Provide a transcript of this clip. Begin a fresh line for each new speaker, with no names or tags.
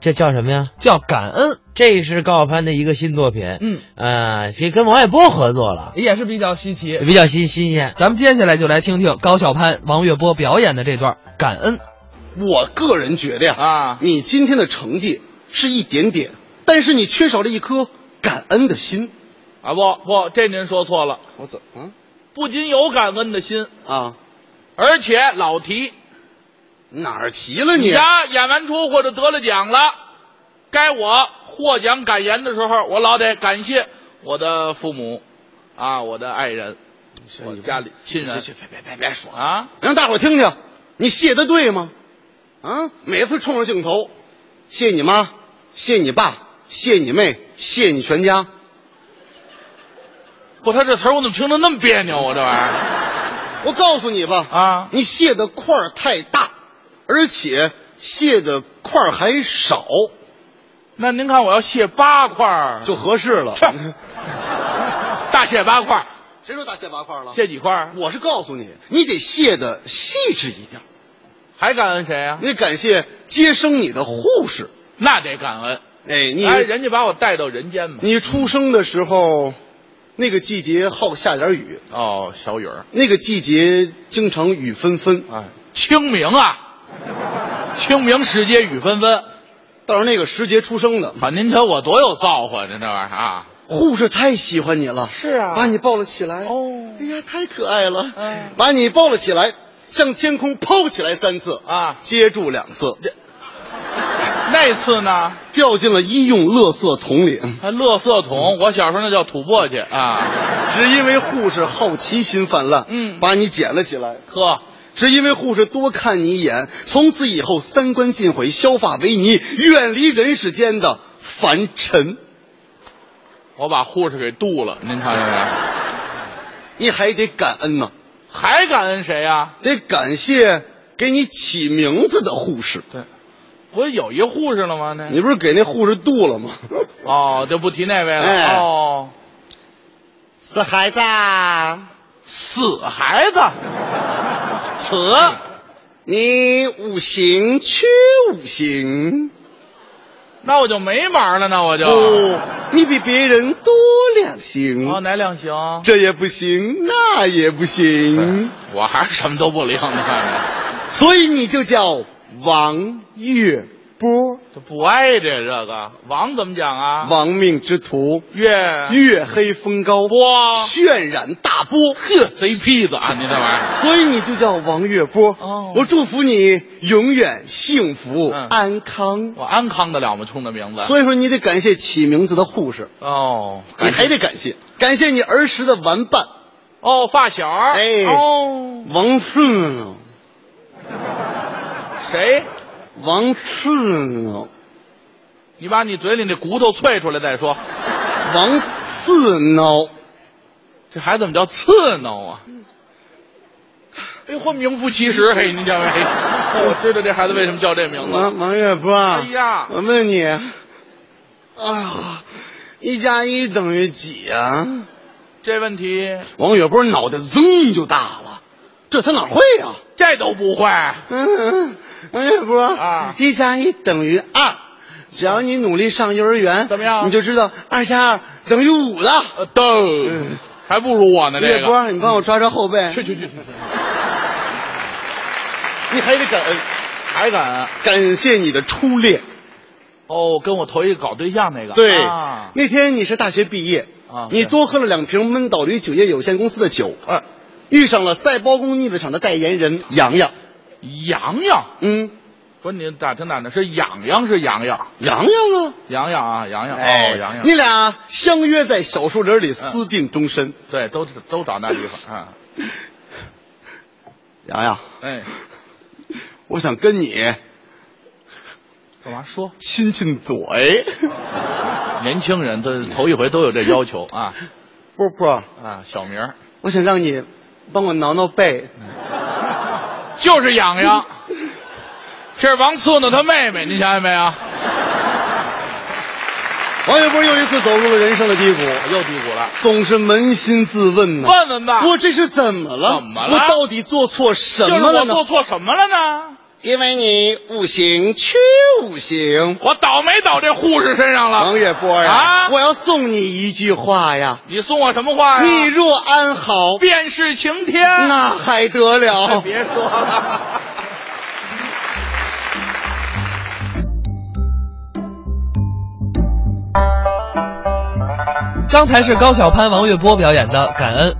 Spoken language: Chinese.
这叫什么呀？
叫感恩，
这是高晓攀的一个新作品，
嗯，
呃，这跟王玥波合作了，
也是比较稀奇。
比较新新鲜。
咱们接下来就来听听高晓攀、王玥波表演的这段《感恩》。
我个人觉得呀，
啊
你今天的成绩是一点点，但是你缺少了一颗感恩的心。
啊不不，这您说错了，
我怎
嗯
么
不仅有感恩的心，
啊？
而且老提
哪儿提了你？啊
呀，演完出或者得了奖了，该我获奖感言的时候，我老得感谢我的父母，啊，我的爱人，我家里亲人
去别别别别说，
啊，
让大伙儿听听，你谢的对吗？啊，每次冲着镜头，谢你妈，谢你爸，谢你妹，谢你全家。
不，他这词儿我怎么听着那么别扭啊？这玩意儿
我告诉你吧，
啊
你卸的块儿太大，而且卸的块儿还少，
那您看我要卸八块儿，
就合适了。
是 大卸八
啊
块儿，
谁说大卸八块儿了？
卸几块儿？啊
我是告诉你，你得卸的细致一点。
还感恩谁啊？
你得感谢接生你的护士，
那得感恩，
哎，你、
哎，人家把我带到人间嘛。
你出生的时候，那个季节好下点雨，
哦，小雨儿，
那个季节经常雨纷纷。
哎，清明啊，清明时节雨纷纷。
到时候那个时节出生的，
啊，您瞧我多有造化呢，这玩意儿啊！
护士太喜欢你了，
是啊
把你抱了起来。
哦
哎呀，太可爱了，
嗯
把你抱了起来，向天空抛起来三次，
啊
接住两次，
那次呢，
掉进了医用垃圾桶里，
还乐色桶，我小时候那叫土簸箕啊。
只因为护士好奇心泛滥，
嗯
把你捡了起来。
呵，
只因为护士多看你一眼，从此以后三观尽毁，削发为尼，远离人世间的凡尘。
我把护士给渡了，您瞧这个，
你还得感恩呢、
还感恩谁啊？
得感谢给你起名字的护士。
对，不是有一护士了吗？那
你不是给那护士度了吗？
哦，就不提那位了。
哎
哦，
死孩子，
死孩 子，死，
你五行缺五行，
那我就没玩了，那我就
不、哦你比别人多两行，
哦，哪两行？
这嗯也不行，那也不行，
我还是什么都不灵啊呢，
所以你就叫王月波。
这不挨着这个王怎么讲啊？
亡命之徒，
月
月黑风高，
哇
渲染大波，呵，
贼坯子啊！你这玩意儿，
所以你就叫王月波。
哦
我祝福你永远幸福、
嗯
安康。
我安康得了吗？冲这名字？
所以说，你得感谢起名字的护士，
哦，
你还得感谢，感谢你儿时的玩伴
哦，发小，
哎
哦，
王四呢，
谁？
王四呢，
你把你嘴里那骨头啐出来再说，
王四呢，
这孩子怎么叫刺挠啊？哎嚯，名副其实！嘿，您这位，哦我知道这孩子为什么叫这名字了。
王王月波。啊
哎呀
我问你，哎呀，一加一等于几啊？
这问题
王月波脑袋噌就大了，这他哪会啊？
这都不会，
嗯，王月波
啊
一加一等于二，只要你努力上幼儿园，
怎么样
你就知道二加二等于五了。
呃，都还不如我呢。这
嗯月
个，
波，你帮我抓抓后背，
去去去去去，
你还得感恩，
还敢啊？
感谢你的初恋。
哦，跟我头一个搞对象那个，
对
啊，
那天你是大学毕业
啊
你
对
多喝了两瓶闷倒驴酒业有限公司的酒，
哎，
遇上了赛包公腻子厂的代言人洋洋。
洋洋，
嗯，
不是你打听打听，是痒痒是痒痒，
洋洋啊。
痒痒啊，痒痒
哎，
哦，痒痒
你，俩相约在小树林里私定 终身。
对，都都找那地方啊，
洋洋，
哎，
我想跟你
干嘛说？
亲亲 嘴。
年轻人他头一回都有这要求啊
波波，
啊，小名儿
我想让你帮我挠挠背。
就是痒 痒，这是王四呢他妹妹，你想见没啊有？
王一波又一次走入了人生的哎低谷，
又低谷了，
总是扪心自问呢。
问问吧，
我这是怎么了？
怎么了
我到底做错什
就是
么了
我
呢？
做错什么了呢？
因为你五行缺五行。
我倒霉倒这护士身上
王
了。
月波呀，
啊
我要送你一句话呀：
你送我什么话呀？
你若安好，
便是晴天。哎
那还得了？
别说了。
刚才是高晓攀、王月波表演的《感恩》。